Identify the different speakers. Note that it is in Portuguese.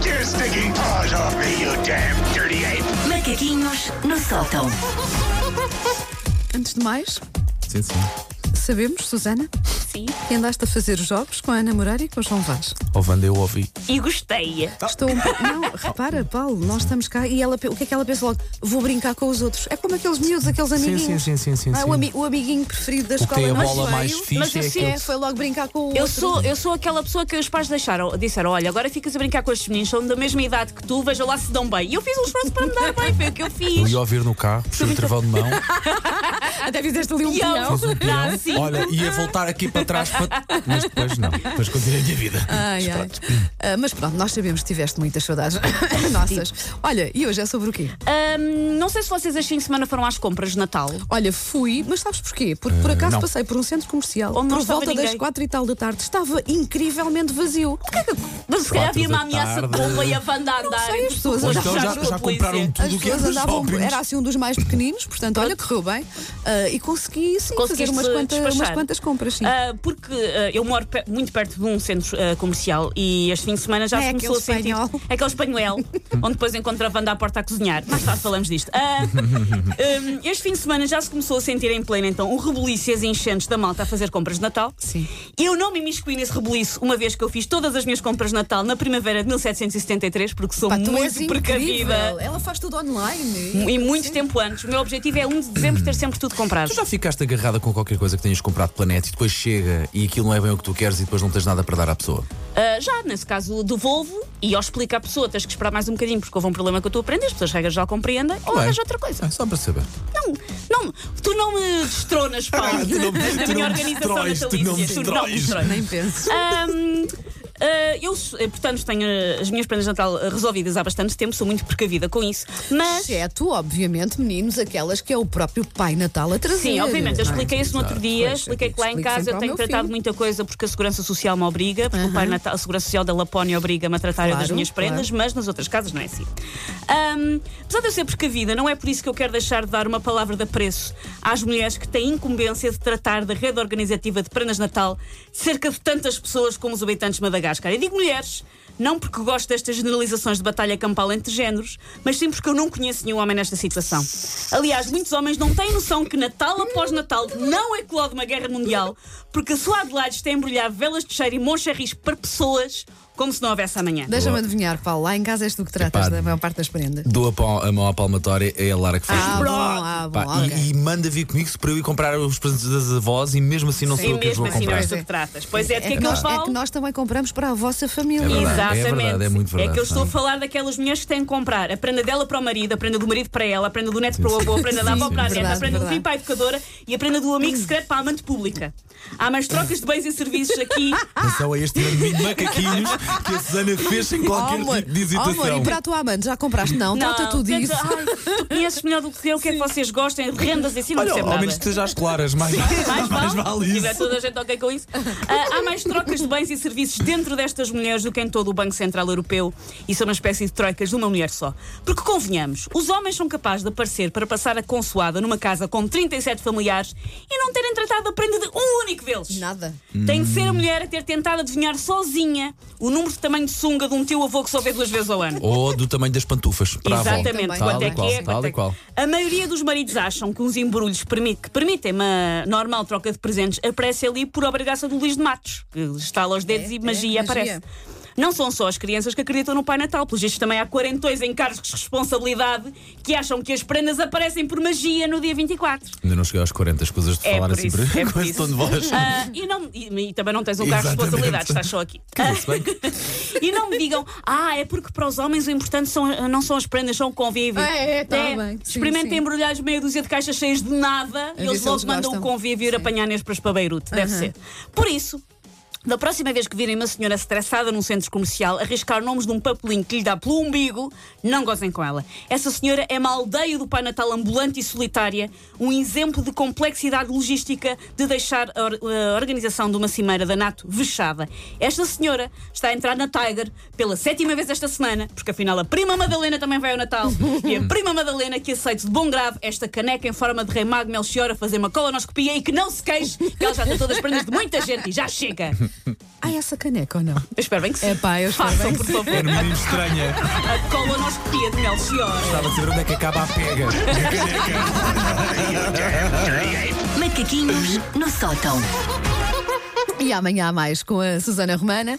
Speaker 1: taking paws off me, you damn dirty ape!
Speaker 2: Macaquinhos no sótão.
Speaker 3: Antes de mais,
Speaker 4: Sim, sim.
Speaker 3: sabemos, Susana,
Speaker 5: Sim.
Speaker 3: que andaste a fazer jogos com a Ana Moreira e com o João Vaz.
Speaker 4: Ó Wanda, eu ouvi.
Speaker 5: E gostei.
Speaker 4: Tá
Speaker 3: Estou um pouco. Não, repara, Paulo, nós estamos cá e ela, pe- o que é que ela pensa logo? Vou brincar com os outros. É como aqueles miúdos, aqueles amiguinhos.
Speaker 4: sim, sim, sim, sim,
Speaker 3: Ah,
Speaker 4: sim.
Speaker 3: O, ami- o amiguinho preferido da
Speaker 4: O que tem a
Speaker 3: escola não é?
Speaker 4: bola
Speaker 3: veio,
Speaker 4: mais fixe
Speaker 5: é mas
Speaker 4: é
Speaker 5: assim,
Speaker 4: aquele.
Speaker 3: É, foi logo brincar com o outro.
Speaker 5: Eu
Speaker 4: tá
Speaker 5: sou, eu sou aquela pessoa que os pais deixaram, disseram: olha, agora ficas a brincar com estes meninos, são da mesma idade que tu, veja lá se dão bem. E eu fiz um esforço para me dar bem, foi o que eu
Speaker 4: Eu
Speaker 5: fiz.
Speaker 4: ia ouvir no carro, puxei o travão de mão,
Speaker 3: Até fizeste ali um
Speaker 5: E eu-
Speaker 3: peão.
Speaker 4: fiz um
Speaker 5: Ah, sim.
Speaker 4: peão. Olha, ia voltar aqui para trás, para- mas depois não. Depois continuei a minha vida.
Speaker 3: Ai, ai. Ah, mas pronto, nós sabemos que tiveste muitas saudades nossas. Olha, e hoje é sobre o quê?
Speaker 5: Ahm, não sei se vocês este fim de semana foram às compras de Natal.
Speaker 3: Olha, fui, mas sabes porquê? Porque por
Speaker 4: Eh,
Speaker 3: acaso
Speaker 4: não.
Speaker 3: passei por um centro comercial
Speaker 5: Onde não
Speaker 3: por
Speaker 5: estava
Speaker 3: volta das
Speaker 5: ninguém.
Speaker 3: quatro e tal da tarde. Estava incrivelmente vazio.
Speaker 5: Mas se calhar
Speaker 4: Quatro
Speaker 5: havia uma
Speaker 4: da
Speaker 5: ameaça de
Speaker 4: tarde.
Speaker 5: bomba e a Wanda a andar.
Speaker 3: sei, as pessoas
Speaker 5: Ou
Speaker 4: Ou
Speaker 3: Hoje
Speaker 4: então já,
Speaker 5: procuraram
Speaker 4: já
Speaker 5: a polícia.
Speaker 4: compraram tudo
Speaker 3: As
Speaker 4: o que era
Speaker 3: pessoas
Speaker 4: dos
Speaker 3: andavam,
Speaker 4: shoppings.
Speaker 3: era assim um dos mais pequeninos, portanto, olha, correu bem. Ah, e consegui, sim, fazer
Speaker 5: Conseguiste
Speaker 3: umas quantas,
Speaker 5: despachar.
Speaker 3: umas quantas compras, sim.
Speaker 5: Ah, porque ah, eu moro pe- muito perto de um centro ah, comercial e este fim de semana já
Speaker 3: É
Speaker 5: se começou a
Speaker 3: aquele
Speaker 5: sentir.
Speaker 3: espanhol.
Speaker 5: É aquele espanhol, onde depois encontra a Wanda à porta a cozinhar. Mais tarde falamos disto. Ah, hum, este fim de semana já se começou a sentir em pleno, então, o rebuliço e as enchentes da malta a fazer compras de Natal.
Speaker 3: Sim.
Speaker 5: Eu não me imiscuí nesse rebuliço, uma vez que eu fiz todas as minhas compras de Natal na primavera de 1773, porque sou
Speaker 3: Pá, tu és
Speaker 5: muito precavida.
Speaker 3: incrível. Ela faz tudo online.
Speaker 5: E muito tempo antes. O meu objetivo é 1 de dezembro ter sempre tudo comprado.
Speaker 4: Tu já ficaste agarrada com qualquer coisa que tenhas comprado planeta e depois chega e aquilo não é bem o que tu queres e depois não tens nada para dar à pessoa.
Speaker 5: Ah, já, nesse caso, devolvo e ao explico à pessoa, tens que esperar mais um bocadinho porque houve um problema que eu estou a aprender, as pessoas regras já compreendem, ou
Speaker 4: Bem,
Speaker 5: arranjo outra coisa.
Speaker 4: É só para saber.
Speaker 5: Não, Então, não, tu não me destronas, Paulo.
Speaker 4: Ah, tu
Speaker 5: na
Speaker 4: não- tu
Speaker 5: minha
Speaker 4: não me
Speaker 5: organização
Speaker 4: destróis, tu
Speaker 5: natalícia.
Speaker 4: não
Speaker 5: Tu não me
Speaker 4: me destróis.
Speaker 5: destróis.
Speaker 3: Nem penso.
Speaker 5: Ahm, ah, eu, eh, portanto, tenho eh, as minhas prendas de Natal eh, resolvidas há bastante tempo, sou muito precavida com isso. Mas,
Speaker 3: Exceto, obviamente, meninos, aquelas que é o próprio Pai Natal a trazer.
Speaker 5: Sim, obviamente. Eu
Speaker 3: não é?
Speaker 5: expliquei isso no outro dia,
Speaker 3: Pois,
Speaker 5: expliquei que lá em
Speaker 3: explico
Speaker 5: casa
Speaker 3: sempre
Speaker 5: eu
Speaker 3: ao
Speaker 5: tenho
Speaker 3: meu
Speaker 5: tratado
Speaker 3: filho.
Speaker 5: muita coisa porque a Segurança Social me obriga, porque o Pai Natal, a Segurança Social da Lapónia obriga-me a tratar
Speaker 3: Claro,
Speaker 5: das minhas prendas, mas nas outras casas não é assim. Ahm, apesar de eu ser precavida, não é por isso que eu quero deixar de dar uma palavra de apreço às mulheres que têm incumbência de tratar da rede organizativa de prendas de Natal cerca de tantas pessoas como os habitantes de Madagascar. E digo mulheres. Não porque gosto destas generalizações de batalha campal entre géneros, mas sim porque eu não conheço nenhum homem nesta situação. Aliás, muitos homens não têm noção que Natal após Natal não eclode uma guerra mundial, porque a sua Adelaide está a embrulhar velas de cheiro e moncharris para pessoas como se não houvesse amanhã.
Speaker 3: Deixa-me adivinhar, Paulo, lá em casa és tu que tratas
Speaker 4: Epá,
Speaker 3: da maior parte das prendas.
Speaker 4: Dou a, pal- a mão à palmatória, é a Lara que fez
Speaker 3: Ah,
Speaker 4: tudo.
Speaker 3: bom, ah, bom,
Speaker 4: Pá, e-
Speaker 3: ok.
Speaker 4: e, é manda vir comigo se para eu ir comprar os presentes das avós e mesmo assim não
Speaker 5: E
Speaker 4: sei o que eles
Speaker 5: mesmo
Speaker 4: vou
Speaker 5: assim não
Speaker 4: comprar.
Speaker 5: és tu que tratas. Pois é, de que é
Speaker 3: que
Speaker 5: que eu
Speaker 3: nós, é que
Speaker 5: falo?
Speaker 3: nós também compramos para a vossa família.
Speaker 4: É
Speaker 5: Exatamente.
Speaker 4: verdade. é verdade, é muito verdade,
Speaker 5: que eu estou a
Speaker 4: sim.
Speaker 5: falar daquelas mulheres que têm que comprar. A prenda dela para o marido, a prenda do marido para ela, a prenda do neto para o avô, a prenda da avó
Speaker 4: Sim,
Speaker 5: para a
Speaker 4: sim.
Speaker 5: neta, a
Speaker 3: Verdade,
Speaker 5: prenda do
Speaker 3: verdade.
Speaker 5: filho para a educadora e a prenda do amigo secreto para a amante pública. Há mais trocas de bens e serviços aqui.
Speaker 4: Atenção a este mini macaquinhos que a Susana fez sem
Speaker 3: Oh,
Speaker 4: qualquer
Speaker 3: amor,
Speaker 4: tipo de
Speaker 3: oh,
Speaker 4: hesitação.
Speaker 3: amor, e para a tua amante, já compraste? Não, trata tudo
Speaker 5: tenta-
Speaker 3: disso.
Speaker 5: Ai, tu conheces melhor do que eu o que é que vocês gostem, rendas assim, não
Speaker 4: Olha,
Speaker 5: percebo
Speaker 4: ao
Speaker 5: nada.
Speaker 4: menos que esteja às claras, mais,
Speaker 5: Mais vale,
Speaker 4: vale
Speaker 5: se
Speaker 4: isso.
Speaker 5: tiver toda a gente ok com isso. Ah, há mais trocas de bens e serviços dentro destas mulheres do que em todo o Banco Central Europeu e são uma espécie de troicas de uma mulher só. Porque convenhamos, os homens são capazes de aparecer para passar a consoada numa casa com 37 familiares e não terem tratado a prenda de um único deles.
Speaker 3: Nada.
Speaker 5: Tem de ser a mulher a ter tentado adivinhar sozinha o número de tamanho de sunga de um teu avô que só vê duas vezes ao ano.
Speaker 4: Ou do tamanho das pantufas. Para
Speaker 5: Exatamente,
Speaker 4: a avó.
Speaker 3: Também.
Speaker 5: quanto
Speaker 4: Tal
Speaker 5: é
Speaker 4: e
Speaker 5: que
Speaker 4: qual,
Speaker 5: é,
Speaker 4: tal
Speaker 5: quanto é
Speaker 4: e
Speaker 5: que-
Speaker 4: qual.
Speaker 5: A maioria dos maridos acham que uns embrulhos permi- que permitem uma normal troca de presentes aparece ali por obrigação do Luís de Matos, que estala os dedos
Speaker 3: É,
Speaker 5: e
Speaker 3: é,
Speaker 5: magia
Speaker 3: magia.
Speaker 5: aparece. Não são só as crianças que acreditam no Pai Natal, pelos vistos também há quarentões em cargos de responsabilidade que acham que as prendas aparecem por magia no dia 24.
Speaker 4: Ainda não cheguei aos 40, escusas de
Speaker 5: É
Speaker 4: falar
Speaker 5: por
Speaker 4: assim
Speaker 5: isso,
Speaker 4: por-
Speaker 5: é
Speaker 4: com
Speaker 5: por
Speaker 4: esse
Speaker 5: isso.
Speaker 4: tom de voz.
Speaker 5: Ah, e, não, e, e também não tens um cargo de
Speaker 4: Exatamente.
Speaker 5: responsabilidade, estás só aqui.
Speaker 4: Tudo-se bem.
Speaker 5: E não me digam, ah, é porque para os homens o importante são, eh, não são as prendas, são o convívio. Né?
Speaker 3: É, é, tá bem. Sim,
Speaker 5: experimentem
Speaker 3: sim.
Speaker 5: embrulhar meia dúzia de caixas cheias de nada
Speaker 3: A
Speaker 5: e
Speaker 3: ver
Speaker 5: eles
Speaker 3: se
Speaker 5: logo
Speaker 3: eles
Speaker 5: mandam o
Speaker 3: gostam.
Speaker 5: convívio ir apanhar nespas para Beirute. Deve ser. Por isso. Da próxima vez que virem uma senhora estressada num centro comercial arriscar nomes num papelinho que lhe dá pelo umbigo, não gozem com ela. Essa senhora é uma aldeia do Pai Natal ambulante e solitária, um exemplo de complexidade logística de deixar a, or- eh, a organização de uma cimeira da NATO vexada. Esta senhora está a entrar na Tiger pela sétima vez esta semana, porque afinal a prima Madalena também vai ao Natal. e a prima Madalena que aceite de bom grave esta caneca em forma de rei mago Melchior a fazer uma colonoscopia e que não se queixe que ela já tem todas as prendas de muita gente e já chega.
Speaker 3: Ah, essa caneca ou não?
Speaker 5: Eu espero bem que sim.
Speaker 3: Epá, eu É, espero
Speaker 5: Façam,
Speaker 3: bem
Speaker 5: por
Speaker 3: que sim.
Speaker 5: favor.
Speaker 4: Era um menino estranha.
Speaker 5: A colonoscopia de Melchior.
Speaker 4: Estava a saber onde é que acaba a pega.
Speaker 2: Macaquinhos no sótão.
Speaker 3: E amanhã há mais com a Susana Romana.